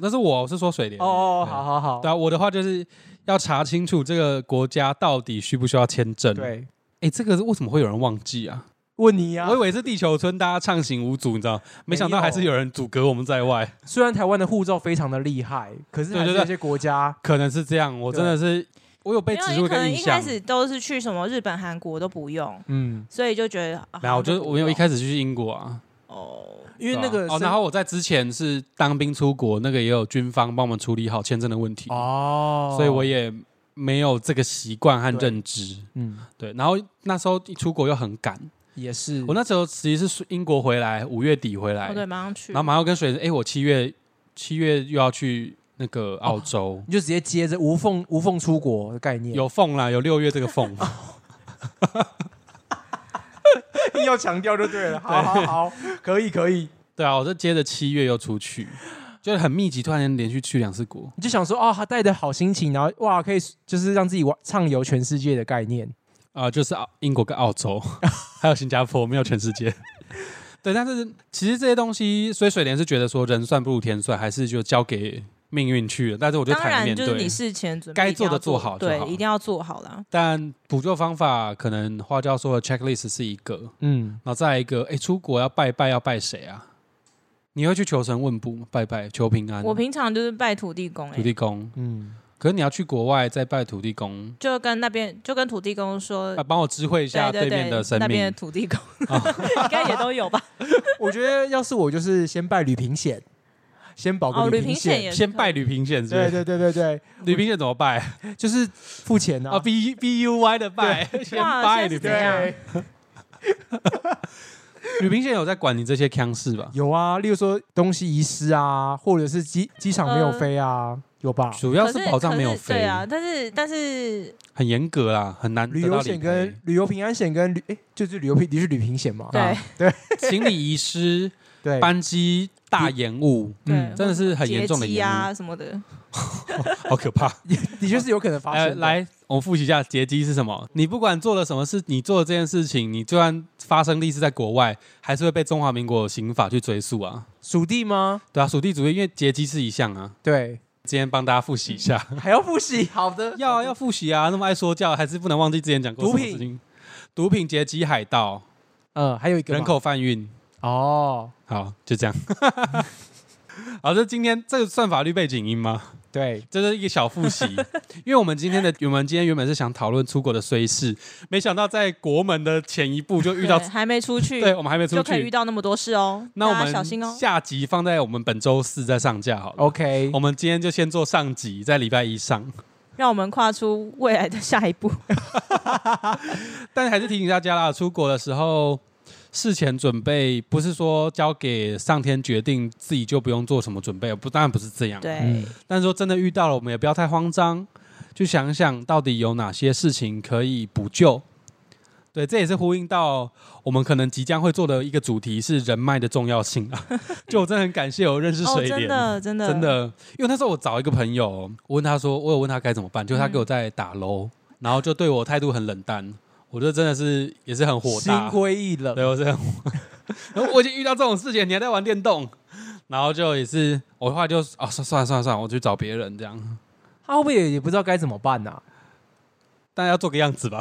S1: 但是我是说水莲。
S3: 哦，
S1: 对
S3: 好好好，
S1: 对啊，我的话就是要查清楚这个国家到底需不需要签证。，
S3: 对，啊
S1: 哎，这个是为什么会有人忘记啊？
S3: 问你啊
S1: 我以，为是地球村大家畅行无阻，你知道，没想到还是有人阻隔我们在外。
S3: 虽然台湾的护照非常的厉害，可是还
S1: 对
S3: 是
S1: 对对
S3: 有些国家
S1: 可能是这样，我真的是我有被
S2: 没有，
S1: 植
S2: 因
S1: 入
S2: 为
S1: 一
S2: 可
S1: 个
S2: 能
S1: 印
S2: 一
S1: 象
S2: 开。始都是去什么日本、韩国都不用，
S3: 嗯，
S2: 所以就觉得。啊
S1: 没有，我
S2: 好像
S1: 就
S2: 都
S1: 我
S2: 不
S1: 没有一
S2: 用
S1: 开始就去英国啊，
S2: 哦，
S3: 因为那
S1: 对
S3: 个
S1: 啊哦，
S3: 是
S1: 然后我在之前是当兵出国，那个也有军方帮我们处理好签证的问题，
S3: 哦，
S1: 所以我也没有这个习惯和
S3: 对
S1: 认知。
S3: 嗯
S1: 对，然后那时候一出国又很赶，
S3: 也是
S1: 我那时候其实是英国回来，五月底回来，
S2: 哦对，马上去。
S1: 然后马上跟水说，哎、我七月七月又要去那个澳洲，
S2: 哦
S3: 你就直接接着无缝无缝出国的概念，
S1: 有缝啦，有六月这个 缝，
S3: 要强调就对了。好好好，可以可以，
S1: 对啊，我就接着七月又出去，就是很密集，突然间连续去两次国，
S3: 你就想说哦，他带着好心情，然后哇，可以就是让自己玩畅游全世界的概念。
S1: 啊、就是澳英国跟澳 洲，还有新加坡，没有全世界。 对，但是其实这些东西，所以水莲是觉得说人算不如天算，还是就交给命运去了。但是我就
S2: 当
S1: 坦然
S2: 然
S1: 面
S2: 就是你
S1: 对，
S2: 事前准备
S1: 该
S2: 一定要
S1: 做的做
S2: 做
S1: 好就
S2: 对
S1: 好，
S2: 一定要做好啦。
S1: 但补救方法可能花椒说的 checklist 是一个，
S3: 嗯，
S1: 然后再来一个，哎，出国要拜拜要拜谁啊？你会去求神问卜拜拜求平安？
S2: 我平常就是拜土地公、欸，
S1: 嗯土地公，
S3: 嗯，
S1: 可是你要去国外再拜土地公，
S2: 就跟那边就跟土地公说
S1: 啊，帮我知会一下
S2: 呃对对
S1: 面的神
S2: 那边的
S1: 明。哦
S2: 土地公， 应该也都有吧？
S3: 我觉得要是我就是先拜旅平险，先保
S2: 哦
S3: 个
S2: 旅
S3: 平
S2: 平
S3: 险。
S2: 险也
S1: 先拜吕平险是不
S3: 对
S1: 是？
S3: 对对对对，
S1: 吕平险怎么拜？
S3: 就是付钱
S1: 啊
S3: 啊。
S1: ，B B U Y 的拜， 先
S2: 哇
S1: 拜
S2: 现在
S1: 吕
S2: 是
S1: 平
S2: 怎样
S1: 险。
S3: 对，
S1: 吕平险有在管你这些腔事吧？
S3: 有啊，例如说东西遗失啊，或者是机机场没有
S2: 呃
S3: 飞啊，有吧？
S1: 主要
S2: 可是
S1: 保障没有
S2: 可是对
S1: 飞，
S2: 啊，但是但是
S1: 很严格啦，很难
S3: 旅
S1: 得到
S3: 游
S1: 理
S3: 险
S1: 赔
S3: 跟。旅游平安险跟旅，哎，就是旅游平，你是旅平险嘛？
S2: 对、
S1: 啊行 李遗失、
S3: 对，
S1: 班机大延误，
S2: 对
S3: 嗯，
S1: 真的是很严重的
S2: 劫机
S1: 延误。
S2: 啊什么的，
S1: 好可怕。
S3: 的确是有可能发
S1: 来
S3: 生。，
S1: 哎来，我们复习一下劫机是什么。你不管做了什么事，你做的这件事情，你就算发生地是在国外，还是会被中华民国刑法去追诉啊。
S3: 属地吗？
S1: 对啊，属地主义，因为劫机是一项啊。
S3: 对，
S1: 今天帮大家复习一 下，
S3: 还要复习。好的，
S1: 要啊要复习啊，那么爱说教，还是不能忘记之前讲过
S3: 毒
S1: 什么
S3: 品
S1: 事情。毒品劫机、海盗、
S3: 嗯，还有一个
S1: 人
S3: 嘛
S1: 口贩运，
S3: 哦，
S1: 好，就这样。 好，这今天这个算法律背景音吗？
S3: 对，
S1: 这是一个小复 习，因为我们今天的我们今天原本是想讨论出国的虽事，没想到在国门的前一步就遇到
S2: 对，还没出去，
S1: 对我们还没出
S2: 就可以遇
S1: 去。
S2: 到那么多事哦。
S1: 那我
S2: 大家小心
S1: 们
S2: 哦。
S1: 下集放在我们本周四再上架好了。
S3: OK，
S1: 我们今天就先做上集，在礼拜一上。
S2: 让我们跨出未来的下一步。
S1: 但还是提醒大家啦，出国的时候事前准备不是说交给上天决定，自己就不用做什么准备，不当然不是这样。
S2: 对
S3: 嗯，
S1: 但是说真的遇到了，我们也不要太慌张，就想想到底有哪些事情可以补救。对，这也是呼应到我们可能即将会做的一个主题是人脉的重要性 啊。就我真的很感谢我认识
S2: 哦，
S1: 水
S2: 真
S1: 莲、
S2: 的，真的，
S1: 真，的，因为那时候我找一个朋友，我问他说，我有问他该怎么办，就是他给我在打楼，然后就对我态度很冷淡，我就真的是也是很火
S3: 心
S1: 大，
S3: 灰意冷。
S1: 对，我 是很，然后我已经遇到这种事情，你还在玩电动，然后就也是我后来就哦，算算了算了算了，我去找别人这样，
S3: 他啊会不会也也不知道该怎么办啊呢？
S1: 但要做个样子吧，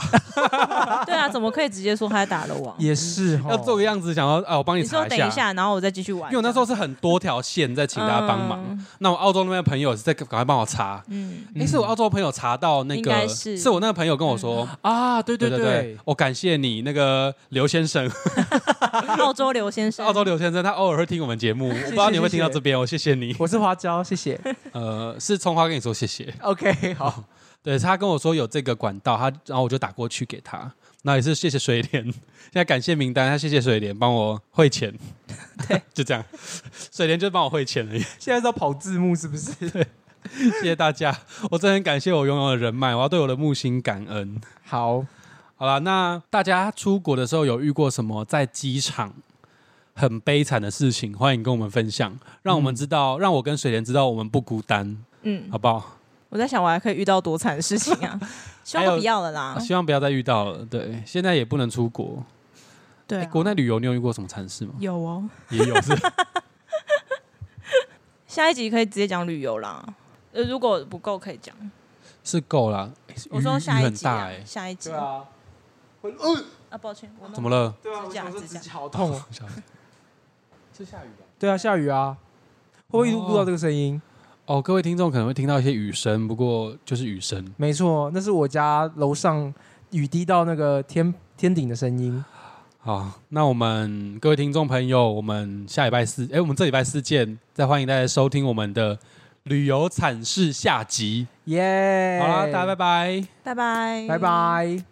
S2: 对啊，怎么可以直接说他在打 了网？
S3: 也是哦，
S1: 要做个样子，想要啊，我帮
S2: 你
S1: 查
S2: 说等一下，然后我再继续
S1: 因
S2: 玩。
S1: 为我那时候是很多条线在请大家帮忙，那我澳洲那边的朋友是在赶快帮我查。
S2: 嗯，
S1: 诶，是我澳洲朋友查到那
S2: 应
S1: 个，
S2: 该是嗯
S1: 我那个朋友跟我说，
S3: 啊，对
S1: 对
S3: 对
S1: 对，，我感谢你那个刘先 生，
S2: 嗯， 澳洲刘先生，
S1: 澳洲刘先生，他偶尔会听我们节目，我不知道你会不会听到这边，我谢谢你。
S3: 我是花椒，谢谢。
S1: 呃，是葱花跟你说谢谢，
S3: OK，好，
S1: 对他跟我说有这个管道，他然后我就打过去给他。那也是谢谢水莲，现在感谢名单，他谢谢水莲帮我汇钱，
S2: 对，
S1: 就这样，水莲就帮我汇钱而已。
S3: 现在是要跑字幕是不是？
S1: 谢谢大家，我真的很感谢我拥有的人脉，我要对我的木星感恩。
S3: 好，
S1: 好啦，那大家出国的时候有遇过什么在机场很悲惨的事情？欢迎跟我们分享，让我们知道，让我跟水莲知道我们不孤单，
S2: 嗯，
S1: 好不好？
S2: 我在想我还可以遇到多惨的事情 啊，希
S1: 还
S2: 望
S1: 有啊
S2: 都不要了啦。
S1: 希望不要再遇到了。对，现在也不能出国。
S2: 对啊
S1: 诶，国内旅游你有遇过什么惨事吗？
S2: 有哦，
S1: 也有是
S2: 下一集可以直接讲旅游啦。呃，如果不够可以讲。
S1: 是够啦。
S2: 我说
S1: 雨
S2: 下
S1: 雨
S2: 一
S1: 很
S2: 集
S1: 大
S2: 啊
S1: 哎，
S2: 下一集
S3: 啊，
S2: 啊，抱歉，我弄
S1: 怎么了？
S3: 对
S2: 啊指甲我想说指甲指
S3: 好痛哦。
S1: 是下雨吧？
S3: 对啊，下雨啊，会不会一路录到这个声音？
S1: 哦，各位听众可能会听到一些雨声，不过就是雨声。
S3: 没错，那是我家楼上雨滴到那个天天顶的声音。
S1: 好，那我们各位听众朋友，我们下礼拜四，哎，我们这礼拜四见，再欢迎大家收听我们的旅游惨事下集。
S3: 耶、
S1: 好啦，大家拜拜。
S2: 拜拜，
S3: 拜拜。